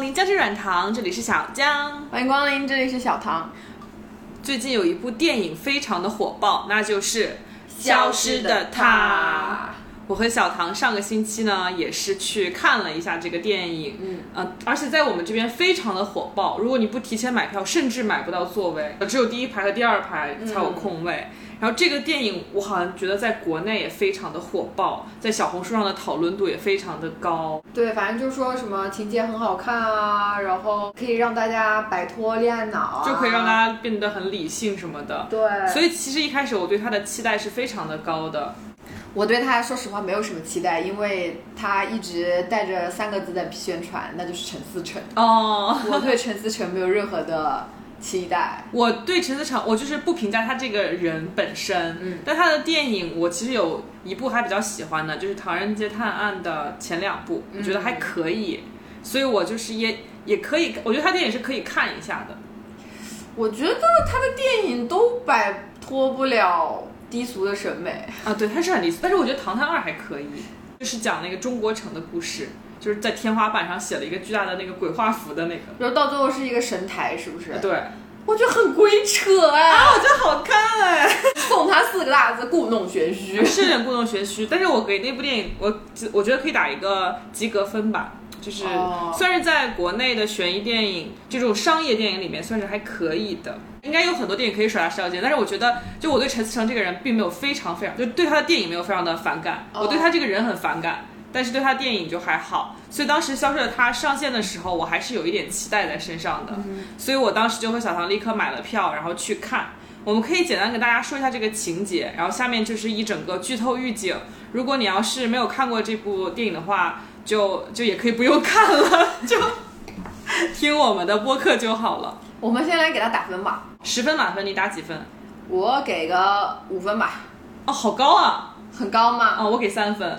临江之软糖，这里是小江。欢迎光临，这里是小唐。最近有一部电影非常的火爆，那就是《消消失失的的她她》。我和小唐上个星期呢，也是去看了一下这个电影，嗯，呃，而且在我们这边非常的火爆。如果你不提前买票，甚至买不到座位，只有第一排和第二排才有空位。然后这个电影，我好像觉得在国内也非常的火爆，在小红书上的讨论度也非常的高。对，反正就是说什么情节很好看啊，然后可以让大家摆脱恋爱脑、啊，就可以让大家变得很理性什么的。对。所以以其实一开始我对他的期待是非常的高的，我对他说实话没有什么期待，因为他一直带着三个字在宣传，那就是陈思诚。哦，我对陈思诚没有任何的期待。我对陈思诚，我就是不评价他这个人本身，嗯，但他的电影我其实有一部还比较喜欢的，就是《唐人街探案》的前两部，我觉得还可以，所以我就是也也可以，我觉得他电影是可以看一下的，我觉得他的电影都摆脱不了低俗的审美。啊，对，它是很离谱，但是我觉得《唐探二》还可以，就是讲那个中国城的故事，就是在天花板上写了一个巨大的那个鬼画符的那个，然后到最后是一个神台，是不是？对，我觉得很鬼扯哎、啊！我觉得好看哎、送他四个大字：故弄玄 虚。是有点故弄玄虚，但是我给那部电影，我我觉得可以打一个及格分吧，就是、哦算是在国内的悬疑电影这种商业电影里面算是还可以的，应该有很多电影可以甩他十条街，但是我觉得就我对陈思诚这个人并没有非常非常，就对他的电影没有非常的反感，哦我对他这个人很反感。但是对他电影就还好，所以当时《消失的他》上线的时候，我还是有一点期待在身上嗯的，所以我当时就和小唐立刻买了票，然后去看。我们可以简单跟大家说一下这个情节，然后下面就是一整个剧透预警。如果你要是没有看过这部电影的话，就就也可以不用看了，就听我们的播客就好了。我们先来给他打分吧， 十分满分，你打几分？我给个五分吧，哦，好高啊！很啊、高吗？我给三分，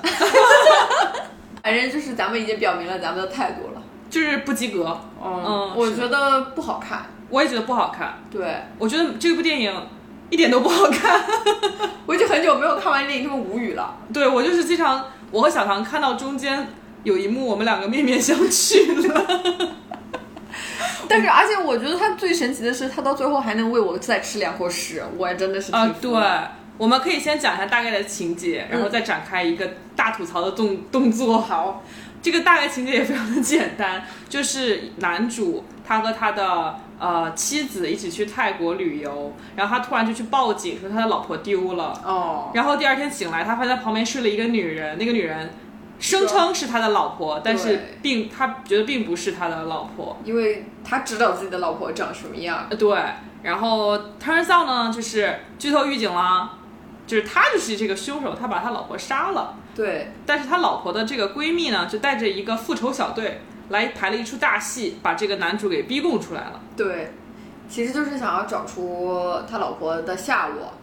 反正就是咱们已经表明了咱们的态度了。就是不及格。嗯我是觉得不好看。我也觉得不好看，对，我觉得这部电影一点都不好看。 我已经很久没有看完电影这么无语了。对我就是经常，我和小唐看到中间有一幕，我们两个面面相觑了。但是，而且我觉得他最神奇的是，他到最后还能为我再吃两口屎，我真的是啊挺，服对的，我们可以先讲一下大概的情节，然后嗯再展开一个大吐槽的动动作。好，这个大概情节也非常的简单，就是男主他和他的呃妻子一起去泰国旅游，然后他突然就去报警说他的老婆丢了，哦，然后第二天醒来，他发现旁边睡了一个女人，那个女人声称是他的老婆，但是对并他觉得并不是他的老婆。因为他知道自己的老婆长什么样。呃，对，然后 turns out 呢，就是剧透预警啦，就是他就是这个凶手，他把他老婆杀了，对，但是他老婆的这个闺蜜呢，就带着一个复仇小队来排了一出大戏，把这个男主给逼供出来了。对，其实就是想要找出他老婆的下落，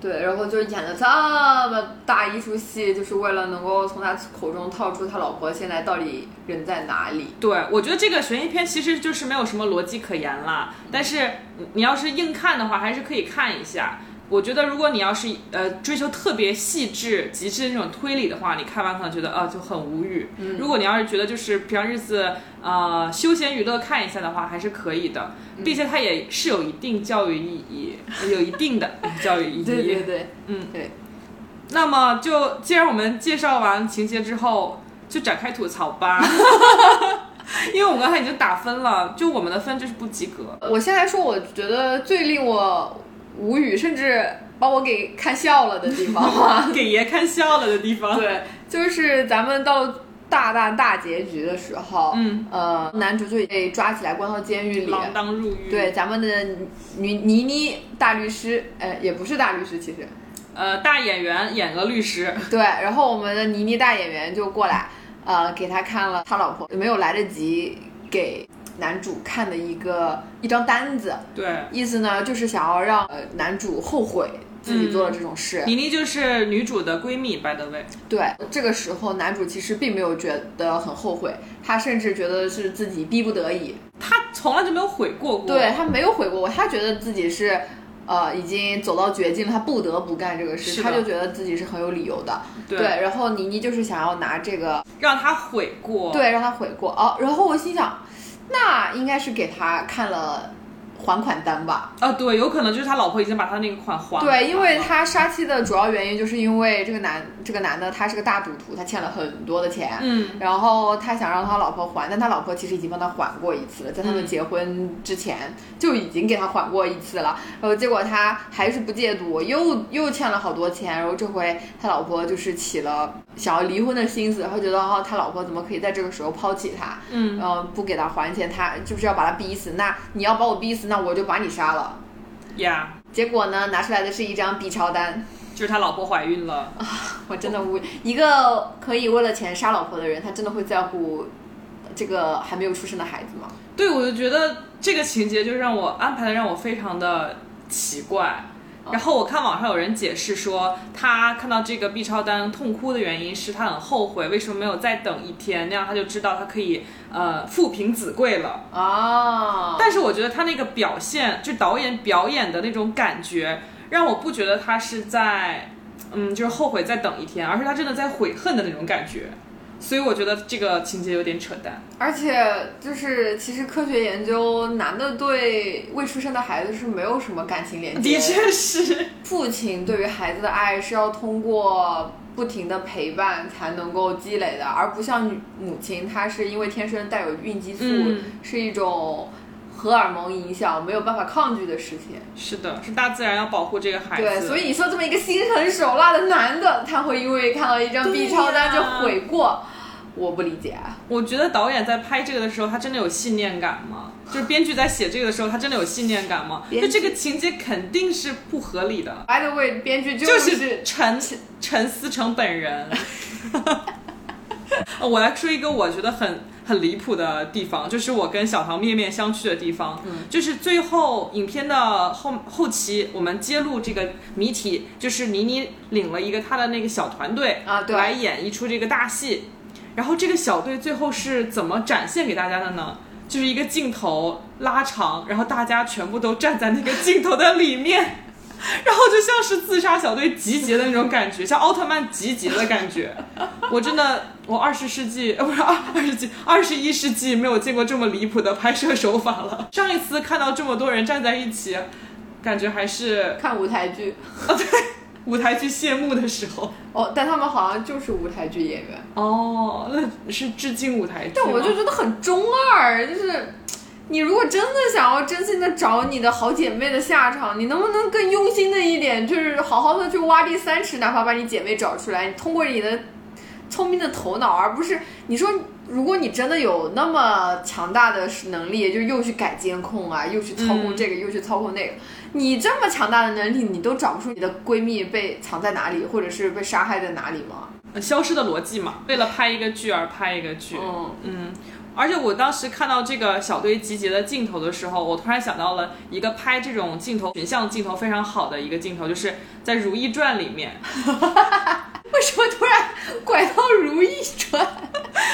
对，然后就演了这么大一出戏，就是为了能够从他口中套出他老婆现在到底人在哪里。对，我觉得这个悬疑片其实就是没有什么逻辑可言啦。但是你你要是硬看的话，还是可以看一下。我觉得如果你要是呃追求特别细致、极致的那种推理的话，你看完可能觉得啊、就很无语。嗯如果你要是觉得就是平常日子呃休闲娱乐看一下的话，还是可以的，嗯并且它也是有一定教育意义，有一定的嗯教育意义。对对对，那么就既然我们介绍完情节之后，就展开吐槽 吧。因为我们刚才已经打分了，就我们的分就是不及格。。呃我先来说，我觉得最令我无语，甚至把我给看笑了的地方吧 给爷看笑了的地方，啊对，就是咱们到大大大结局的时候，嗯，呃，男主就被抓起来关到监狱里，锒铛入狱。对，，咱们的倪倪妮大律师，呃，也不是大律师，其实呃，大演员演个律师，对。然后我们的倪妮大演员就过来，呃，给他看了他老婆没有来得及给男主看的一个一张单子，对，意思呢就是想要让呃男主后悔自己做了这种事。倪妮就是女主的闺蜜，by the way。对，这个时候男主其实并没有觉得很后悔，他甚至觉得是自己逼不得已，她从来就没有悔过过。对，他没有悔过我，他觉得自己是。呃，已经走到绝境了，他不得不干这个是的事，他就觉得自己是很有理由的。对然后倪妮就是想要拿这个，让她悔过。对，让他悔过哦。然后我心想，那应该是给他看了还款单吧？啊，对，有可能就是他老婆已经把他那个款还了。对，因为他杀妻的主要原因就是因为这个男这个男的他是个大赌徒，他欠了很多的钱，嗯然后他想让他老婆还，但他老婆其实已经帮他还过一次了，在他们嗯结婚之前就已经给他还过一次了，然后结果他还是不戒赌，又又欠了好多钱，然后这回他老婆就是起了想要离婚的心思，然后觉得哦，他老婆怎么可以在这个时候抛弃他，嗯，然后不给他还钱，他就是要把他逼死，那你要把我逼死，那我就把你杀了。呀、结果呢，拿出来的是一张 B 超单， 就是他老婆怀孕了。我真的无一个可以为了钱杀老婆的人，他真的会在乎这个还没有出生的孩子吗？对，我就觉得这个情节就让我安排的让我非常的奇怪。然后我看网上有人解释说，他看到这个 B 超单痛哭的原因是他很后悔为什么没有再等一天，那样他就知道他可以呃富平子贵哦了。啊，但是我觉得他那个表现，就导演表演的那种感觉，让我不觉得他是在嗯就是后悔再等一天，而是他真的在悔恨的那种感觉。所以我觉得这个情节有点扯淡。而且就是其实科学研究，男的对未出生的孩子是没有什么感情连接的确是，父亲对于孩子的爱是要通过不停的陪伴才能够积累的，而不像女母亲，她是因为天生带有孕激素，嗯是一种荷尔蒙影响，没有办法抗拒的事情。是的，是大自然要保护这个孩子。对，所以你说这么一个心狠手辣的男的，他会因为看到一张 B 超单对啊就呀悔过，我不理解啊。我觉得导演在拍这个的时候，他真的有信念感吗？就是编剧在写这个的时候，他真的有信念感吗？编剧就这个情节肯定是不合理的， By the way，编剧就就是陈陈思诚本人。呃我来说一个我觉得很很离谱的地方，就是我跟小唐面面相觑的地方，嗯就是最后影片的后后期，我们揭露这个谜题，就是倪妮领了一个她的那个小团队啊对来演一出这个大戏，然后这个小队最后是怎么展现给大家的呢？就是一个镜头拉长，然后大家全部都站在那个镜头的里面， 然后就像是自杀小队集结的那种感觉，像奥特曼集结的感觉。我真的，我二十世纪 呃不是二二十世纪，二十一世纪没有见过这么离谱的拍摄手法了。上一次看到这么多人站在一起，感觉还是看舞台剧舞台剧谢幕的时候。哦，但他们好像就是舞台剧演员。哦，那是致敬舞台剧吗。但我就觉得很中二，就是你如果真的想要真心的找你的好姐妹的下场，你能不能更用心的一点，就是好好的去挖地三尺，哪怕把你姐妹找出来，你通过你的聪明的头脑，而不是你说。如果你真的有那么强大的能力，就又去改监控啊，又去操控这个，又去操控那个，你这么强大的能力，你都找不出你的闺蜜被藏在哪里，或者是被杀害在哪里吗？呃消失的逻辑嘛，为了拍一个剧而拍一个剧。嗯， 而且我当时看到这个小队集结的镜头的时候，我突然想到了一个拍这种镜头群像镜头非常好的一个镜头，就是在《如懿传》里面，为什么突然拐到如懿传？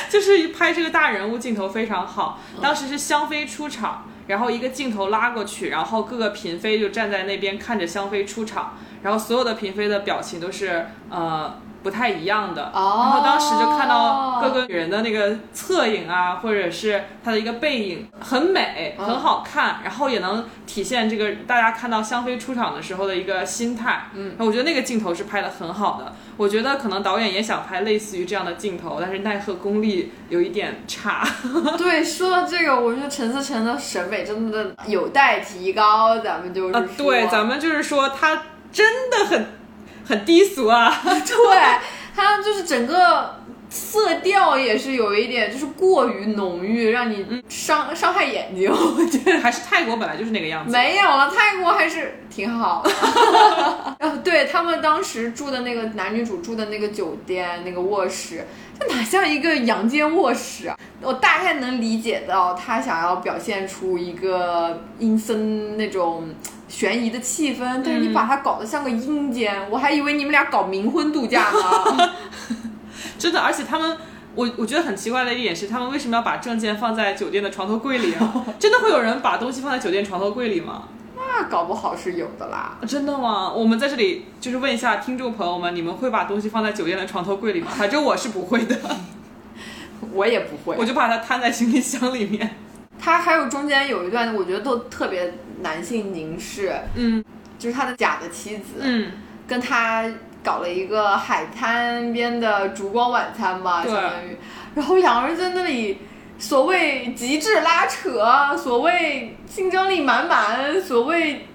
就是拍这个大人物镜头非常好。当时是香妃出场，然后一个镜头拉过去，然后各个嫔妃就站在那边看着香妃出场，然后所有的嫔妃的表情都是呃不太一样的。哦然后当时就看到各个女人的那个侧影啊，或者是她的一个背影，很美，嗯很好看，然后也能体现这个大家看到香妃出场的时候的一个心态。嗯，我觉得那个镜头是拍的很好的。我觉得可能导演也想拍类似于这样的镜头，但是奈何功力有一点差。 对，说到这个，我觉得陈思诚的审美真的有待提高。咱们就是啊说，，对，咱们就是说他真的很很低俗啊。 对他就是整个色调也是有一点，就是过于浓郁，让嗯你伤、伤害眼睛。我觉得还是泰国本来就是那个样子。没有了，泰国还是挺好的。然后对他们当时住的那个男女主住的那个酒店那个卧室，这哪像一个阳间卧室啊！我大概能理解到他想要表现出一个阴森那种。悬疑的气氛，但是你把它搞得像个阴间，我还以为你们俩搞冥婚度假呢。真的，而且他们，我我觉得很奇怪的一点是，他们为什么要把证件放在酒店的床头柜里啊？真的会有人把东西放在酒店床头柜里吗？那搞不好是有的啦。真的吗？我们在这里就是问一下听众朋友们，你们会把东西放在酒店的床头柜里吗？反正我是不会的，我也不会。我就把它摊在行李箱里面。他还有中间有一段，我觉得都特别男性凝视，嗯就是他的假的妻子、嗯，跟他搞了一个海滩边的烛光晚餐吧，对相当于，然后两个人在那里。所谓极致拉扯，所谓竞争力满满，所谓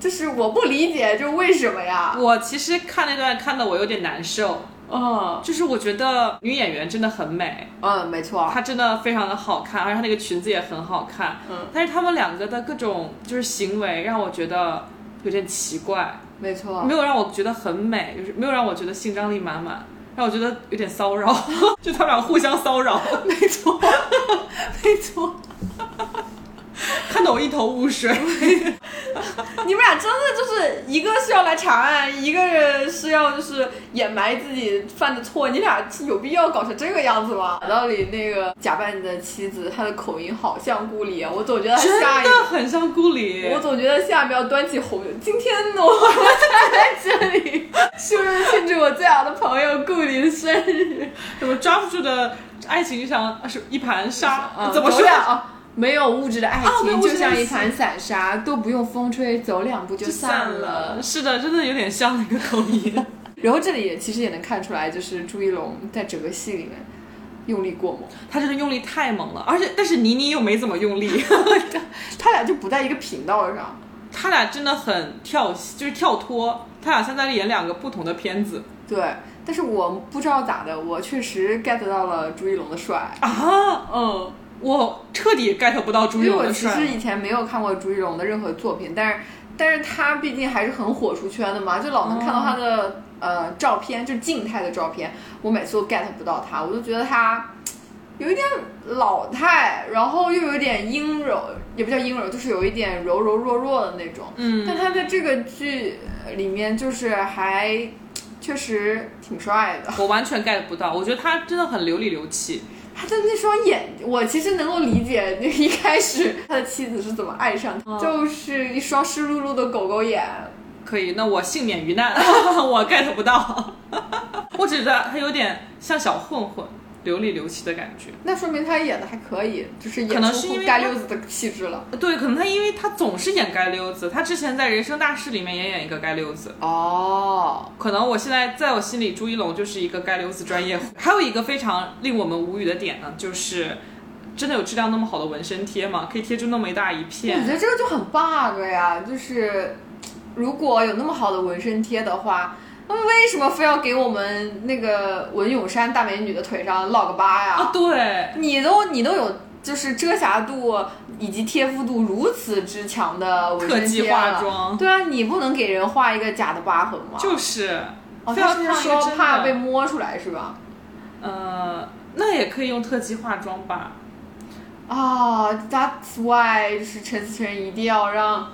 就是我不理解，就是为什么呀？嗯我其实看那段看的我有点难受，嗯就是我觉得女演员真的很美，嗯，没错，她真的非常的好看，而且她那个裙子也很好看。嗯，但是他们两个的各种就是行为让我觉得有点奇怪，没错，没有让我觉得很美，就是没有让我觉得性张力满满，让我觉得有点骚扰， 就他们俩互相骚扰， 没错，没错，看得我一头雾水。你们俩真的就是一个是要来查案，一个人是要就是掩埋自己犯的错，你俩是有必要搞成这个样子吗？道理那个假扮你的妻子，她的口音好像顾里，我总觉得她真下一的很像顾里，我总觉得下一秒端起红，今天呢， 我在这里，是不是庆祝我最好的朋友顾里的生日？怎么抓不住的爱情就像啊是一盘沙，啊，怎么走说？两啊？没有物质的爱啊没有情物质就的像爱一盘散沙，都不用风吹，走两步就散了。是的，真的有点像那个口音。 然后这里也其实也能看出来，就是朱一龙在整个戏里面用力过猛，他真的用力太猛了，而且但是倪妮又没怎么用 力，他俩就不在一个频道上。他俩真的很跳，就是跳脱，他俩像在演两个不同的片子对，但是我不知道咋的，我确实 get 到了朱一龙的帅。啊！嗯，我彻底 get 不到朱因一为龙我的其实帅。以前没有看过朱一龙的任何作品，但是但是他毕竟还是很火出圈的嘛，就老能看到他的、哦呃照片，就静态的照片，我每次都 get 不到他，我就觉得他。有一点老态，然后又有点阴柔，也不叫阴柔，就是有一点柔柔弱弱的那种。 嗯，但他在这个剧里面就是还确实挺帅的，我完全 get 不到，我觉得他真的很流里流气。他的那双眼，我其实能够理解，那一开始他的妻子是怎么爱上他，嗯就是一双湿漉漉的狗狗眼。可以，那我幸免于 难，我 get 不到。 我只觉得他有点像小混混，流里流气的感觉。那说明他演的还可以，就是可演能是因出为街他溜子的气质了。对，可能他因为他总是演街溜子，他之前在《人生大事》里面也演一个街溜子。哦，可能我现在在我心里，朱一龙就是一个街溜子专业户。还有一个非常令我们无语的点呢，就是真的有质量那么好的纹身贴吗？可以贴出那么一大一我觉片？得这个就很 bug 呀，就是如果有那么好的纹身贴的话，那么为什么非要给我们那个文咏珊大美女的腿上烙个疤呀？啊，对，你都你都有就是遮瑕度以及贴肤度如此之强的纹特身技贴了化，妆对啊，你不能给人画一个假的疤痕吗？就是，哦，非要他是画一个说真的怕被摸出来是吧？呃，那也可以用特技化妆吧？啊、t h a t s why 就是陈思诚一定要让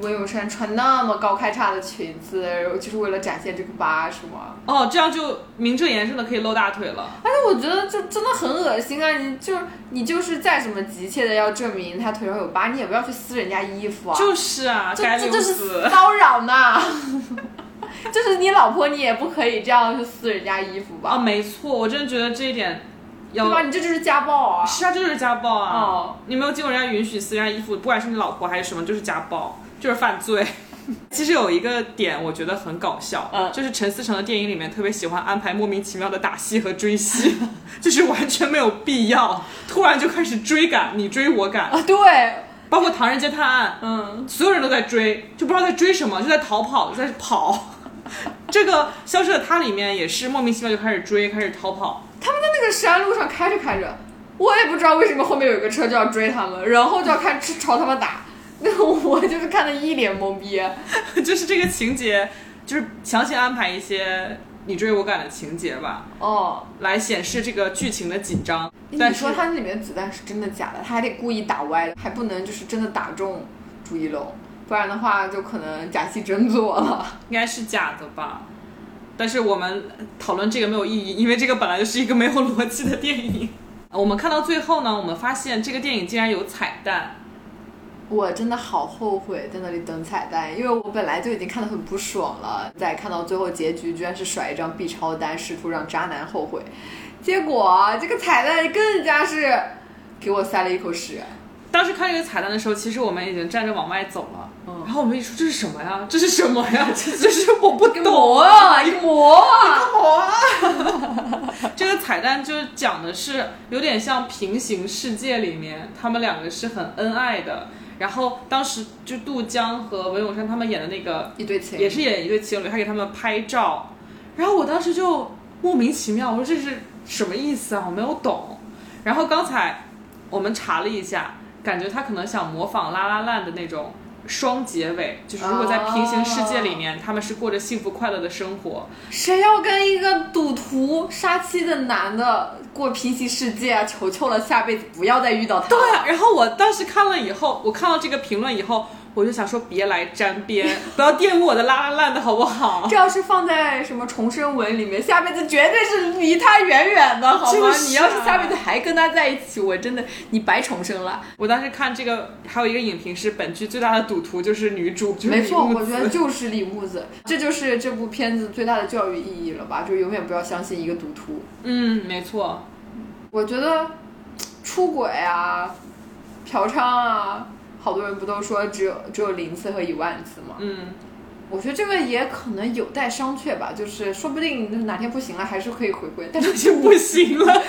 文咏珊穿那么高开叉的裙子，就是为了展现这个疤是吗？哦，这样就名正言顺的可以露大腿了。但是哎我觉得就真的很恶心啊！你就是你就是再怎么急切的要证明他腿上有疤，你也不要去撕人家衣服啊！就是啊，这街这溜就是子。骚扰呢。 就是你老婆，你也不可以这样去撕人家衣服啊，吧？没错，我真的觉得这一点要对吧？你这就是家暴啊！是啊，这就是家暴啊！哦你没有经过人家允许撕人家衣服，不管是你老婆还是什么，就是家暴，就是犯罪。 其实有一个点我觉得很搞笑，嗯就是陈思诚的电影里面特别喜欢安排莫名其妙的打戏和追戏， 就是完全没有必 要，突然就开始追赶，你追我赶，啊，对，包括《唐人街探案》，嗯，所有人都在追，就不知道在追什么，就在逃跑，就在跑。 这个《消失的她》里面也是莫名其妙就开始追，开始逃跑，他们在那个山路上开着开着，我也不知道为什么后面有一个车就要追他们，然后就要看朝他们打， 那我就是看的一脸懵逼。 就是这个情节，就是强行安排一些你追我赶的情节吧，哦，来显示这个剧情的紧张。哎你但是说他那里面子弹是真的假的？他还得故意打歪的，还不能就是真的打中朱一龙，不然的话就可能假戏真做了。应该是假的吧？但是我们讨论这个没有意义，因为这个本来就是一个没有逻辑的电影。我们看到最后呢，我们发现这个电影竟然有彩蛋，我真的好后悔在那里等彩蛋，因为我本来就已经看得很不爽了，再看到最后结局居然是甩一张 B 超单，试图让渣男后悔，结果这个彩蛋更加是给我塞了一口屎。当时看这个彩蛋的时候，其实我们已经站着往外走了。嗯然后我们一说这是什么呀？这是什么呀？ 这这是我不一个懂魔啊！啊，一个魔啊，这个彩蛋就是讲的是有点像平行世界里面他们两个是很恩爱的。然后当时就杜江和文咏珊他们演的那个一对情也是演一对情侣，还给他们拍照。然后我当时就莫名其妙，我说这是什么意思啊？我没有懂。然后刚才我们查了一下，感觉他可能想模仿《拉拉烂》的那种双结尾，就是如果在平行世界里面，他们是过着幸福快乐的生活。谁要跟一个赌徒杀妻的男的过平行世界啊？求求了，下辈子不要再遇到他。对啊，然后我当时看了以后，我看到这个评论以后，我就想说别来沾边，不要玷污我的《拉拉烂》的好不好？这要是放在什么重生文里面，下辈子绝对是离他远远的，好吗？就是啊你要是下辈子还跟他在一起，我真的你白重生了。我当时看这个，还有一个影评是本剧最大的赌徒就是女主，就是没李错，木我觉子得就是 李木子，这就是这部片子最大的教育意义了吧？就永远不要相信一个赌徒。嗯，没错，我觉得嘖出轨啊、嫖娼啊，好多人不都说只有只有零次和一万次吗？ 嗯，我觉得这个也可能有待商榷吧，就是说不定哪天不行了，还是可以回归。但是 就不行了。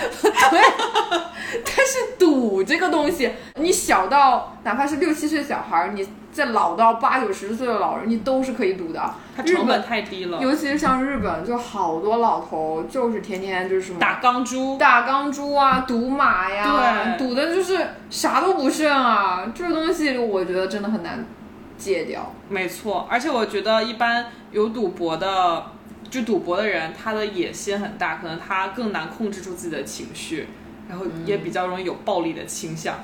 但是赌这个东西，你小到哪怕是六七岁小孩儿，你再老到八九十岁的老人，你都是可以赌的。它日成本本太低了。尤其是像日本，就好多老头就是天天就是什么打钢珠，打钢珠啊、赌马呀，对赌的就是啥都不剩啊。这个东西我觉得真的很难戒掉。没错。而且我觉得，一般有赌博的，就赌博的人，他的野心很大，可能他更难控制住自己的情绪，然后也嗯比较容易有暴力的倾向。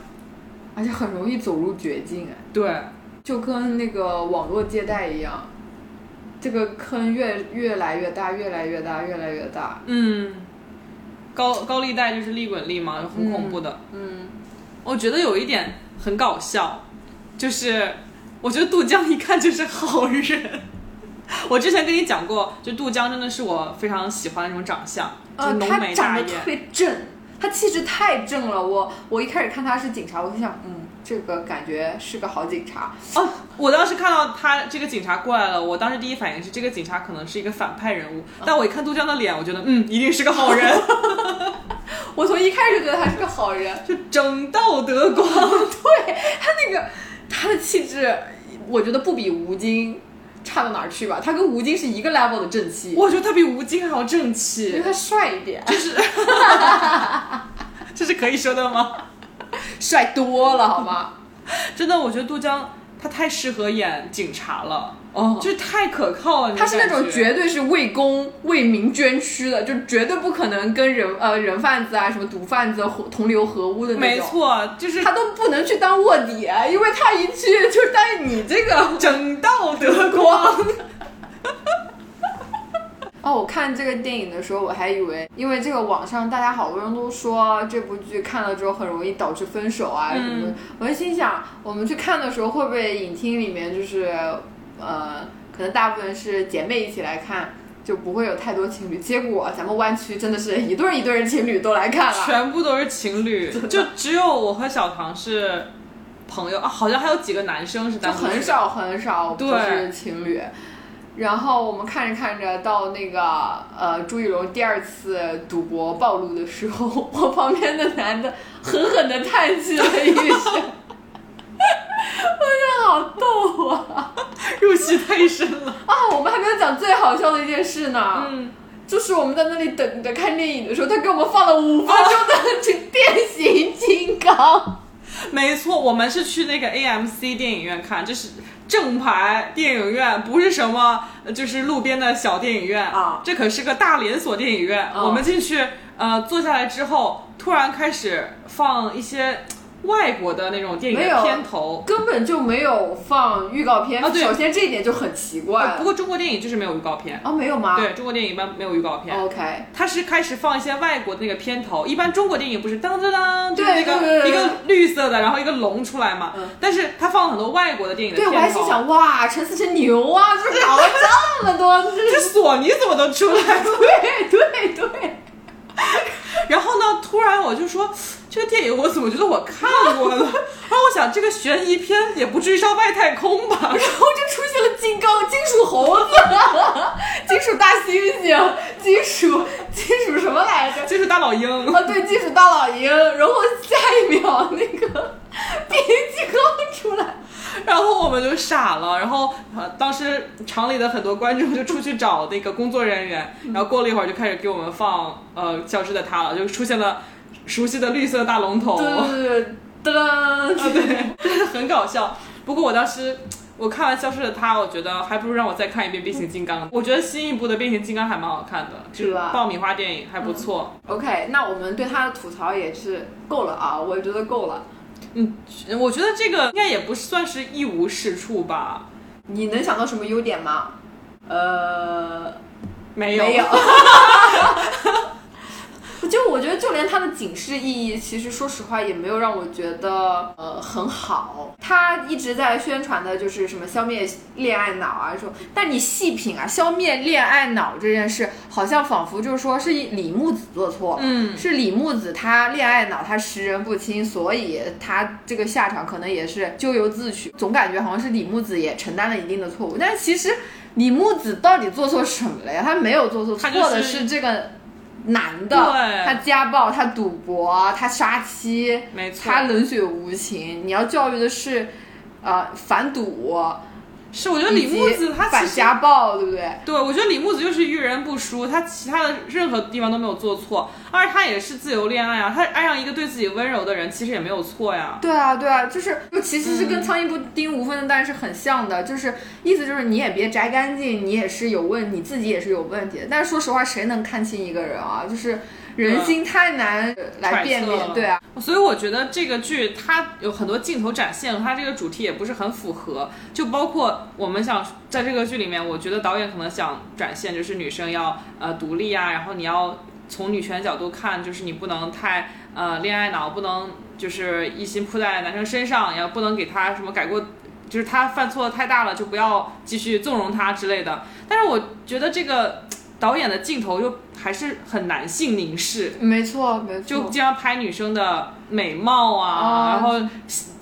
而且很容易走入绝境哎，对，就跟那个网络借贷一样，这个坑越越来越大，越来越大，越来越大。嗯，高高利贷就是利滚利嘛，很恐怖的。嗯，我觉得有一点很搞笑，就是我觉得杜江一看就是好人。 我之前跟你讲过，就杜江真的是我非常喜欢的那种长相，就呃，浓他眉长大得眼特。别正，他气质太正了。我我一开始看他是警察，我就想，嗯，这个感觉是个好警察。哦，我当时看到他这个警察过来了，我当时第一反应是这个警察可能是一个反派人物，哦但我一看杜江的脸，我觉得嗯，一定是个好人， 我从一开始就觉得他是个好人，就整道德光。 那个他的气质，我觉得不比吴京差到哪儿去吧。他跟吴京是一个 level 的正气，我觉得他比吴京还要正因为气，他帅一点， 这是可以说的吗？帅多了好吗？真的，我觉得杜江他太适合演警察了，哦就是太可靠了。他是那种绝绝对是为公为民捐躯的，就绝对不可能跟人呃人贩子啊什么毒贩子伙同流合污的那种。没错，就是他都不能去当卧底，啊因为他一去就带你这个整道德光。 哦，我看这个电影的时候，我还以为，因为这个网上大家好多人都说这部剧看了之后很容易导致分手啊什么的，我就心想，我们去看的时候会不会影厅里面就是，呃，可能大部分是姐妹一起来看，就不会有太多情侣。结果咱们湾区真的是一对儿一对儿情侣都来看了，全部都是情 侣，就只有我和小唐是朋友啊，好像还有几个男生是就单独很少很少不对是情侣。然后我们看着看着到那个呃朱一龙第二次赌博暴露的时候， 我旁边的男的狠狠的叹气了一声， 我觉得好逗啊！入戏太深了。啊，我们还没有讲最好笑的一件事呢，嗯，就是我们在那里等着看电影的时候，他给我们放了五分钟的这变形 金刚，没错，我们是去那个 AMC 电影院看，这是正牌电影院，不是什么呃就是路边的小电影院啊这可是个大连锁电影院。啊我们进去，呃，坐下来之后，突然开始放一些外国的那种电影没有的片头。根本就没有放预告片。啊对首先这一点就很奇怪呃不了。过中国电影就是没有预告片，啊，没有吗？对，中国电影一般没有预告片， OK，它是开始放一些外国的那个片头。一般中国电影不是当当当，就是对那个对对对一个绿色的，然后一个龙出来嘛。嗯但是它放了很多外国的电影的对，片我头。还心想，哇，陈思诚牛啊， 就是搞了这么多，就是 这索尼怎么都出来了？对对对。 然后呢，突然我就说这个电影我怎么觉得我看过 了？然后我想这个悬疑片也不至于上外太空吧？然后就出现了金刚、金属猴子、 金属大猩猩、金属金属什么来着？就是大老鹰。啊，对，金属大老鹰。然后下一秒那个变形金刚出来，然后我们就傻了，然后呃当时厂里的很多观众就出去找那个工作人员，然后过了一会儿就开始给我们放呃《消失的他》了，就出现了熟悉的绿色大龙头，对对哦啊对，噔噔，很搞笑。不过我当时我看完《消失的他》，我觉得还不如让我再看一遍《变形金刚》，我觉得新一部的《变形金刚》还蛮好看的，就是吧爆米花电影还不错。 OK，那我们对他的吐槽也是够了啊，我觉得够了。嗯我觉得这个应该也不算是一无是处吧，你能想到什么优点吗？呃，没有，没有。就 我觉得，就连它的警示意义，其实说实话也没有让我觉得呃很好。他一直在宣传的就是什么消灭恋爱脑啊，说，但你细品啊，消灭恋爱脑这件事，好像仿佛就是说是李木子做错，嗯，是李木子他恋爱脑，他识人不清，所以他这个下场可能也是咎由自取，总感觉好像是李木子也承担了一定的错误，但其实李木子到底做错什么了呀？他没有做错，他就错的是是这个男的，对他家暴，他赌博，他杀妻，没错，他冷血无情。你要教育的是，呃，反赌，是我觉得李木子他反其实家暴，对不对？对，我觉得李木子就是遇人不淑，他其他的任何地方都没有做错，而且他也是自由恋爱啊，他爱上一个对自己温柔的人，其实也没有错呀。对啊，对啊，就是其实是跟苍蝇不叮无缝的蛋是很像的，就是意思就是你也别摘干净，你也是有问，你自己也是有问题的。但是说实话，谁能看清一个人啊？就是人心太难来辨揣测别，了对啊，所以我觉得这个剧它有很多镜头展现了它这个主题也不是很符合，就包括我们想在这个剧里面，我觉得导演可能想展现就是女生要呃独立啊，然后你要从女权角度看，就是你不能太呃恋爱脑，不能就是一心扑在男生身上，也不能给他什么改过，就是他犯错太大了就不要继续纵容他之类的。但是我觉得这个导演的镜头又还是很男性凝视，没错，没错，就经常拍女生的美貌啊，啊然后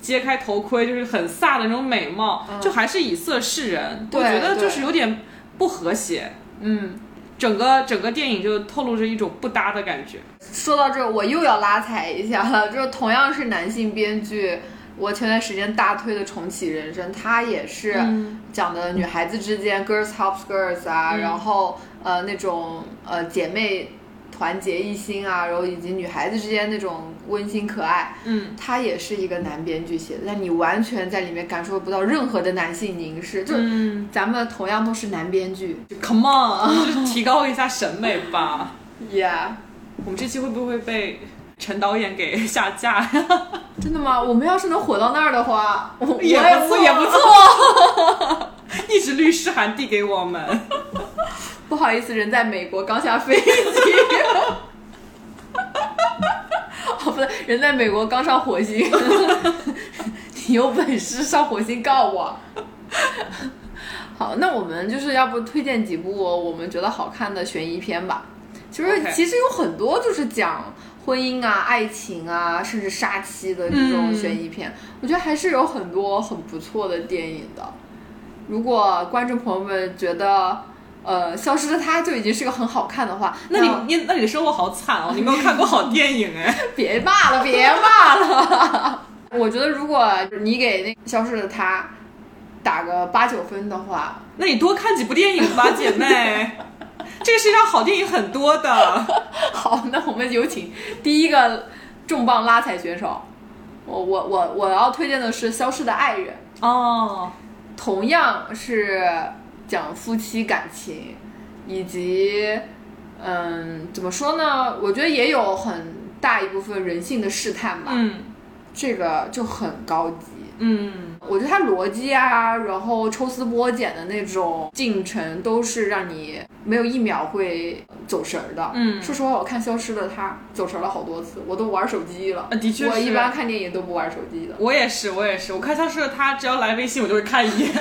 揭开头盔就是很飒的那种美貌，嗯就还是以色示人，对我觉得对就是有点不和谐。嗯。整个整个电影就透露着一种不搭的感觉。说到这，我又要拉踩一下了，就是同样是男性编剧，我前段时间大推的《重启人生》，它也是嗯讲的女孩子之间 girls help girls 啊，嗯然后呃那种呃姐妹团结一心啊，然后以及女孩子之间那种温馨可爱。嗯，它也是一个男编剧写的，但你完全在里面感受不到任何的男性凝视，就是嗯咱们同样都是男编剧，Come on，就是提高一下审美吧。 ，Yeah。我们这期会不会被陈导演给下架 呀？真的吗？我们要是能火到那儿的话，我也我也不错也不错。一直律师函递给我们。不好意思，人在美国，刚下飞机。哦，不对，人在美国刚上火星。 你有本事上火星告我。好，那我们就是要不推荐几部我们觉得好看的悬疑片吧。其实 OK 其实有很多就是讲婚姻啊、爱情啊，甚至杀妻的这种嗯悬疑片，我觉得还是有很多很不错的电影的。如果观众朋友们觉得，呃，消失的她就已经是个很好看的话，那你你你那你的生活好惨哦，你没有看过好电影哎。别骂了，别骂了。我觉得如果你给那个消失的她打个八九分的话，那你多看几部电影吧，姐 妹。这个世界上好电影很多的，好，那我们有请第一个重磅拉踩选手。我我我我要推荐的是《消失的爱人》。哦，同样是讲夫妻感情，以及嗯，怎么说呢？我觉得也有很大一部分人性的试探吧。嗯这个就很高级。嗯，我觉得它逻辑啊，然后抽丝剥茧的那种进程，都是让你没有一秒会走神儿的。嗯说实话，我看《消失的她》走神儿了好多次，我都玩手机了。呃的确我是一般看电影都不玩手机的。 我也是，我也是，我看消失的他，只要来微信我就会看一眼。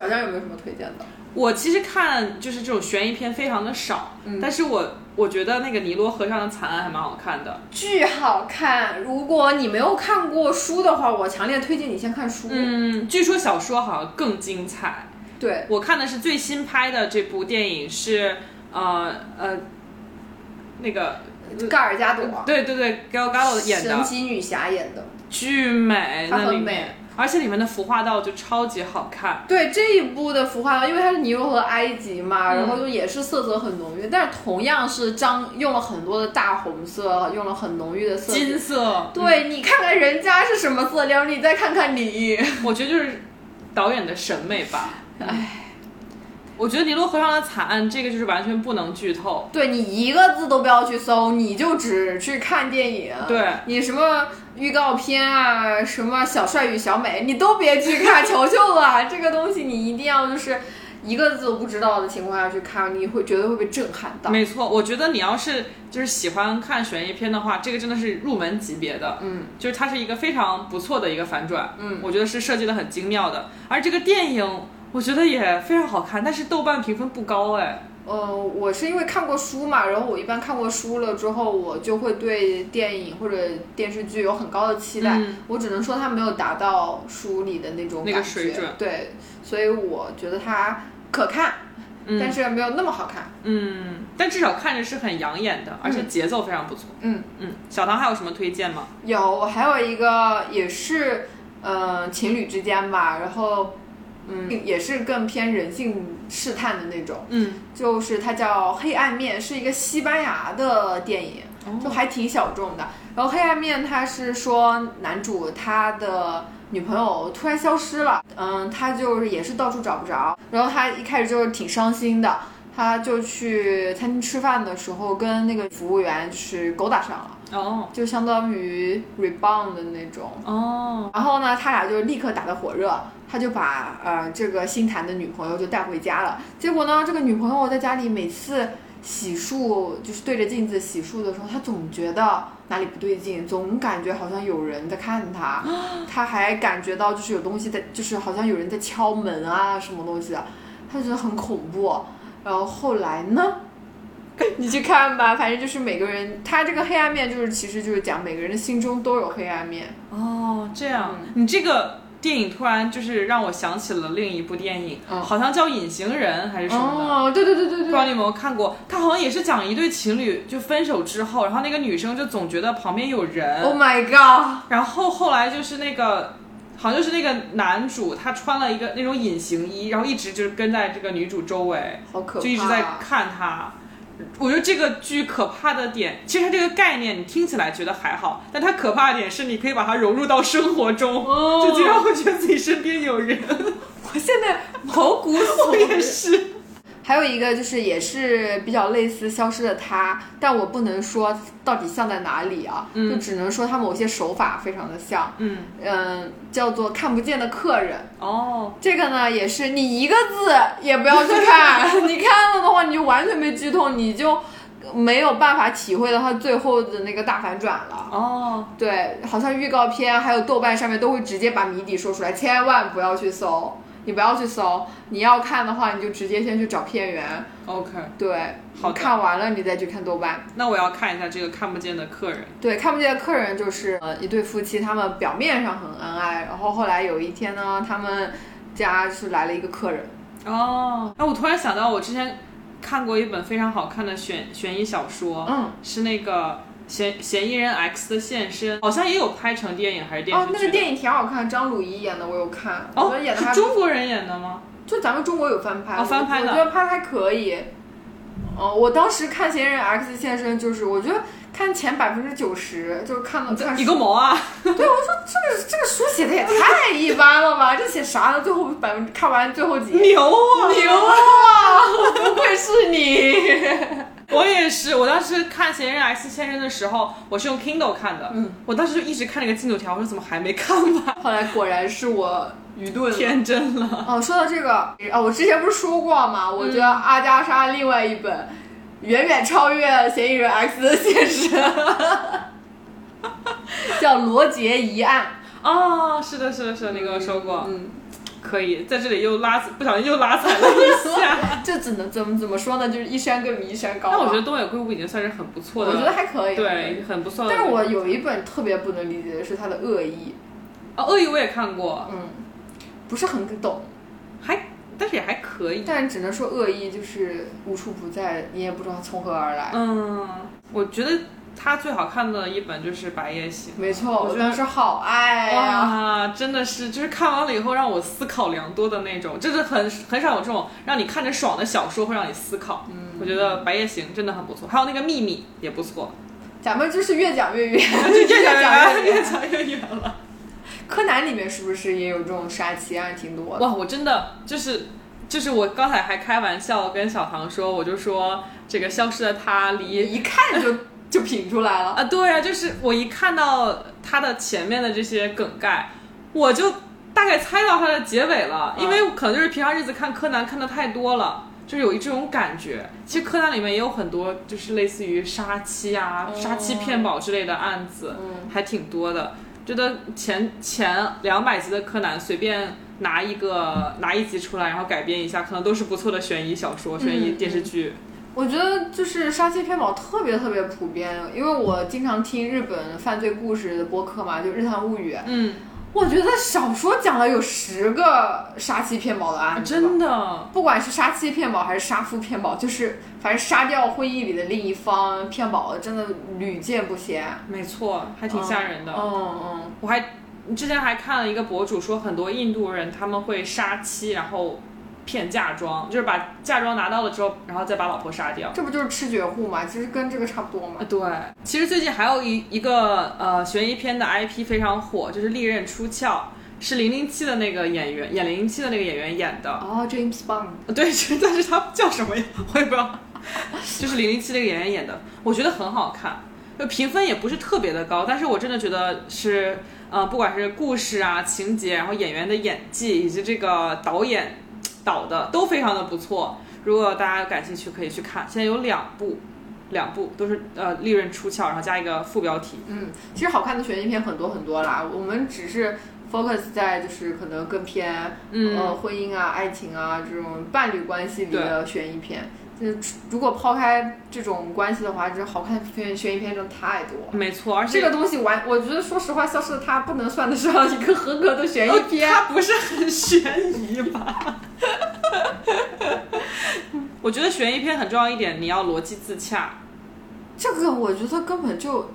小江有没有什么推荐的？我其实看就是这种悬疑片非常的少，但是我我觉得那个尼罗河上的惨案还蛮好看的。巨好看！如果你没有看过书的话，我强烈推荐你先看书。嗯，据说小说好像更精彩。对，我看的是最新拍的这部电影是呃呃那个盖尔加朵，对对对，Gal Gadot 演神的，奇女侠演的，巨美，她那很里美面，。而且里面的服化道就超级好看。对这一部的服化，因为它是尼罗河埃及嗯嘛，然后就也是色泽很浓郁，但是同样是张用了很多的大红色，用了很浓郁的色。金色，对你看看人家是什么色调，你再看看你。我觉得就是导演的审美吧。唉，我觉得《尼罗河上的惨案》这个就是完全不能剧透。对你一个字都不要去搜，你就只去看电影。对你什么预告片啊，什么小帅与小美，你都别去看，求求了！ 这个东西你一定要就是一个字都不知道的情况下去看，你会觉得会被震撼到。没错，我觉得你要是就是喜欢看悬疑片的话，这个真的是入门级别的，嗯，就是它是一个非常不错的一个反转，嗯，我觉得是设计的很精妙的。而这个电影我觉得也非常好看，但是豆瓣评分不高哎，呃，我是因为看过书嘛，然后我一般看过书了之后，我就会对电影或者电视剧有很高的期待。嗯我只能说它没有达到书里的那种那个感觉水准对，所以我觉得它可看，嗯但是没有那么好看。嗯，但至少看着是很养眼的，而且节奏非常不错。嗯，嗯，小唐还有什么推荐吗？有，我还有一个也是，呃，情侣之间吧，然后，嗯，也是更偏人性试探的那种，嗯，就是它叫《黑暗面》，是一个西班牙的电影，就还挺小众的。然后《黑暗面》它是说男主他的。女朋友突然消失了，嗯，他就是也是到处找不着，然后他一开始就是挺伤心的，他就去餐厅吃饭的时候跟那个服务员就是勾搭上了，哦就相当于 rebound 的那种。哦，然后呢，他俩就立刻打得火热，他就把呃这个新谈的女朋友就带回家了。结果呢，这个女朋友在家里每次洗漱，就是对着镜子洗漱的时候，她总觉得哪里不对劲，总感觉好像有人在看她，她还感觉到就是有东西在，就是好像有人在敲门啊什么东西的，她就觉得很恐怖。然后后来呢？ 你去看吧，反正就是每个人，他这个黑暗面就是，其实就是讲每个人的心中都有黑暗面。哦，这样，你这个电影突然就是让我想起了另一部电影，好像叫《隐形人》还是什么的。哦，对对对对不知道你有没有看过，它好像也是讲一对情侣就分手之后，然后那个女生就总觉得旁边有人， ，Oh my god！然后后来就是那个，好像就是那个男主他穿了一个那种隐形衣，然后一直就是跟在这个女主周围，好可怕、就一直在看她。我觉得这个剧可怕的点，其实它这个概念你听起来觉得还好，但它可怕的点是你可以把它融入到生活中，哦就经常会觉得自己身边有人。我现在毛骨 我悚也然。是， 还有一个就是也是比较类似《消失的她》，但我不能说到底像在哪里啊，就只能说他某些手法非常的像。嗯，嗯，叫做看不见的客人，哦，这个呢也是你一个字也不要去 看，你看了的话你就完全被剧透，你就没有办法体会到它最后的那个大反转了。哦，对，好像预告片还有豆瓣上面都会直接把谜底说出来，千万不要去搜，你不要去搜，你要看的话你就直接先去找片源， OK，对，好的看完了你再去看豆瓣。那我要看一下这个看不见的客人。对，看不见的客人就是呃一对夫妻，他们表面上很恩爱，然后后来有一天呢，他们家就是来了一个客人，哦，哎，我突然想到，我之前看过一本非常好看的悬悬疑小说，嗯，是那个嫌嫌疑人 X 的现身，好像也有拍成电影还是电视哦剧。，那个电影挺好看，张鲁一演的，我有看，我觉哦得演的还是不中国人演的吗？就咱们中国有翻拍，哦翻拍我的我觉得拍还可以。哦，我当时看《嫌疑人 X 现身》，就是我觉得看前百分之九十，就是看到看哎你个毛啊！这个这个书写的也太一般了吧？这写啥呢？最后百分看完最后几页，牛啊！牛啊！不愧是你。 我也是，我当时看《嫌疑人 X 现身》的时候，我是用 Kindle 看的，嗯，我当时就一直看那个进度条，我说怎么还没看 完？后来果然是我愚钝了。天啊真了。哦，说到这个，哦，我之前不是说过吗？我觉得嗯阿加莎另外一本远远超越《嫌疑人 X 的现实》， 叫《罗杰一案啊哦，是的，是的，是的，你跟我说过，》。嗯，可以在这里又拉不小心又拉踩了一下。这只能怎么怎么说呢？就是一山更比一 山高吧。但我觉得东野圭吾已经算是很不错的我觉了，得还可以。对，很不错的。但是我有一本特别不能理解的是他的恶意，啊，恶意我也看过，嗯，不是很懂，还但是也还可以。但只能说恶意就是无处不在，你也不知道从何而来。嗯，我觉得他最好看的一本就是《白夜行》。没错，嗯我我觉得当时好爱哎啊呀、哇，真的是，就是看完了以后让我思考良多的那种，就是很很少有这种让你看着爽的小说会让你思考。嗯，我觉得《白夜行》真的很不错，还有那个《秘密》也不 错，咱们就是越 讲越远，就越讲讲越远，越远越。讲越远了。柯南里面是不是也有这种杀妻案挺多的？哇，我真的就是就是我刚才还开玩笑跟小唐说，我就说这个消失的他离一看就就品出来了。啊，对啊，就是我一看到它的前面的这些梗概，我就大概猜到它的结尾了，因为可能就是平常日子看柯南看的太多了。就是有一这种感觉，其实柯南里面也有很多，就是类似于杀妻啊、哦杀妻骗保之类的案子，嗯还挺多的。觉得前前两百集的柯南，随便拿一个拿一集出来，然后改编一下，可能都是不错的悬疑小说、悬疑嗯电视剧。我觉得就是杀妻骗保特别特别普遍，因为我经常听日本犯罪故事的播客嘛，就《日谈物语》，嗯，我觉得少说讲了有十个杀妻骗保的案子吧。真的，不啊管是杀妻骗保还是杀夫骗保，就是反正杀掉会议里的另一方骗保的，真的屡见不鲜，没错，还挺吓人的。嗯嗯，我还之前还看了一个博主说，很多印度人他们会杀妻，然后骗嫁妆，就是把嫁妆拿到了之后，然后再把老婆杀掉。这不就是吃绝户嘛？其实跟这个差不多嘛啊，。对，其实最近还有一一个呃悬疑片的 IP 非常火，就是《利刃出鞘》，是零零七的那个演员演零零七的那个演员演的。哦，James Bond， 对，是但是他叫什么呀？ 我也不知道，就是零零七那个演员演的，我觉得很好看。就评分也不是特别的高，但是我真的觉得是，呃，不管是故事啊、情节，然后演员的演技，以及这个导演导的都非常的不错。如果大家感兴趣，可以去看。现在有两部，两部都是呃利刃出鞘，然后加一个副标题。嗯，其实好看的悬疑片很多很多啦，我们只是 focus 在就是可能更偏、嗯呃婚姻啊、爱情啊这种伴侣关系里的悬疑片。就是如果抛开这种关系的话，就是好看的悬悬疑片真的太多了。没错，而且这个东西完，我觉得说实话，消失的他不能算得上一个合格的悬疑片。它哦不是很悬疑吧？ 我觉得悬疑片很重要一点，你要逻辑自洽。 这个我觉得根本就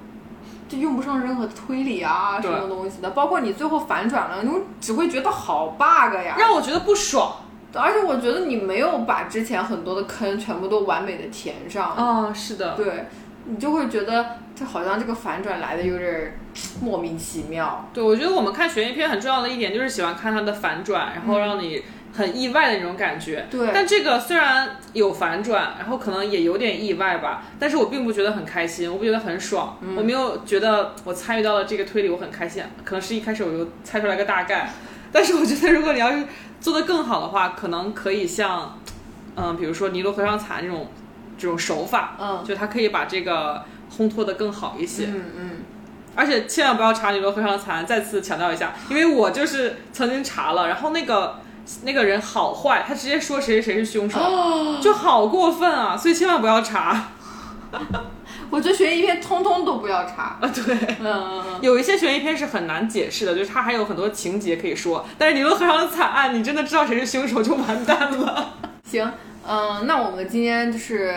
就用不上任何推理啊什对么东西的，包括你最后反转了，你只会觉得好 bug 呀。让我觉得不爽。而且我觉得你没有把之前很多的坑全部都完美的填上，嗯、是的，对你就会觉得这好像这个反转来的有点儿莫名其妙。对，我觉得我们看悬疑片很重要的一点就是喜欢看它的反转，然后让你很意外的那种感觉。对但这个虽然有反转，然后可能也有点意外吧，但是我并不觉得很开心，我不觉得很爽，我没有觉得我参与到了这个推理，我很开心。可能是一开始我就猜出来个大概，但是我觉得如果你要是做得更好的话，可能可以像，嗯、比如说《尼罗河上惨》这种这种手法，嗯就它可以把这个烘托得更好一些。嗯嗯，而且千万不要查《尼罗河上的惨案》，再次强调一下，因为我就是曾经查了，然后那个那个人好坏，他直接说谁谁谁是凶手，哦就好过分啊！所以千万不要查 我觉得悬疑片通通都不要查。啊！对，嗯嗯嗯，有一些悬疑片是很难解释的，就是它还有很多情节可以说，但是《尼罗河上的惨案》，你真的知道谁是凶手就完蛋了。 行，嗯，那我们今天就是。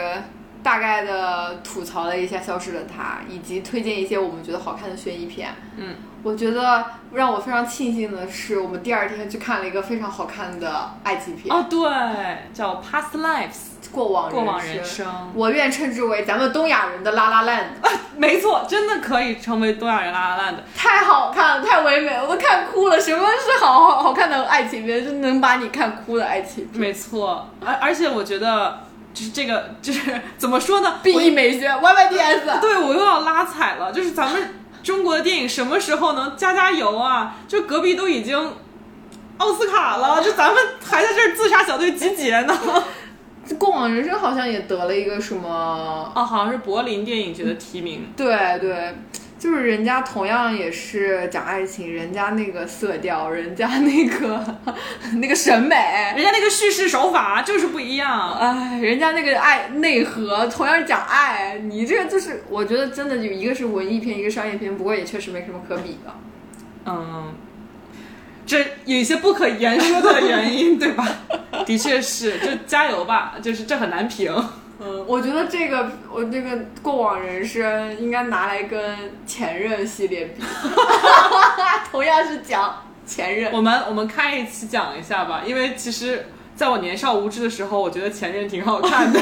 大概的吐槽了一下《消失的她》，以及推荐一些我们觉得好看的悬疑片。嗯，我觉得让我非常庆幸的是，我们第二天去看了一个非常好看的爱情片。哦，对，叫《Past Lives 过往》过往人人生，生，我愿称之为咱们东亚人的拉拉烂，没错，真的可以成为东亚人拉拉烂的。太好看了，太唯美了，我都看哭了。什么是好好好看的爱情片？就能把你看哭的爱情片？没错，而而且我觉得就是这个就是怎么说呢？ B E 美学 Y Y D S，对我又要拉踩了，就是咱们中国的电影什么时候能加加油啊？就隔壁都已经奥斯卡了，就咱们还在这儿自杀小队集结呢。 过往人生好像也得了一个什么？哦，好像是柏林电影节的提名。对对，就是人家同样也是讲爱情，人家那个色调，人家那个 那个审美，人家那个叙事手法就是不一样。哎，人家那个爱内核，同样讲爱，你这个就是，我觉得真的就一个是文艺片，一个商业片，不过也确实没什么可比的。嗯，这有一些不可言说的原因，对吧？ 的确是，就加油吧，就是这很难评。嗯，我觉得这个我这个过往人生应该拿来跟前任系列比， 同样是讲前 任，我们我们开一期讲一下吧，因为其实在我年少无知的时候，我觉得前任挺好看 的。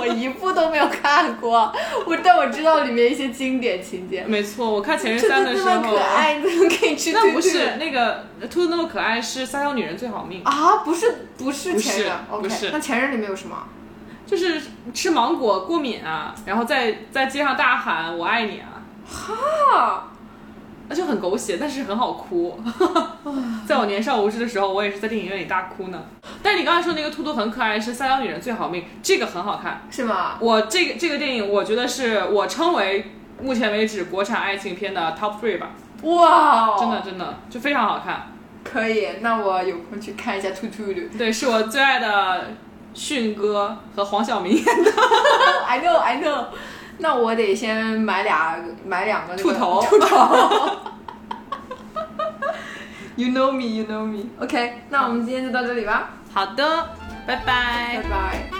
我一部都没有看过，我 但我知道里面一些经典情节。没错，我看前任真三的的时这么候可，爱，怎么可以吃？那不是那个兔子那么可爱，是撒娇女人最好命，啊，不是不是不前是任不是，OK，那前任里面有什么？就是吃芒果过敏啊，然后在在街上大喊我爱你啊，啊，那就很狗血，但是很好哭。 在我年少无知的时候，我也是在电影院里大哭呢。但是你刚才说那个兔兔很可爱，是撒娇女人最好命，这个很好看。是吗？我这个这个电影，我觉得是我称为目前为止国产爱情片的 top three 吧，哇，真的真的就非常好看。可以，那我有空去看一下《兔兔驴对，是我最爱的迅哥和黄晓明 I know, I know。那我得先买俩，买两个、那个、兔头 兔头。you know me, you know me. OK，那我们今天就到这里吧，好的，拜拜拜拜。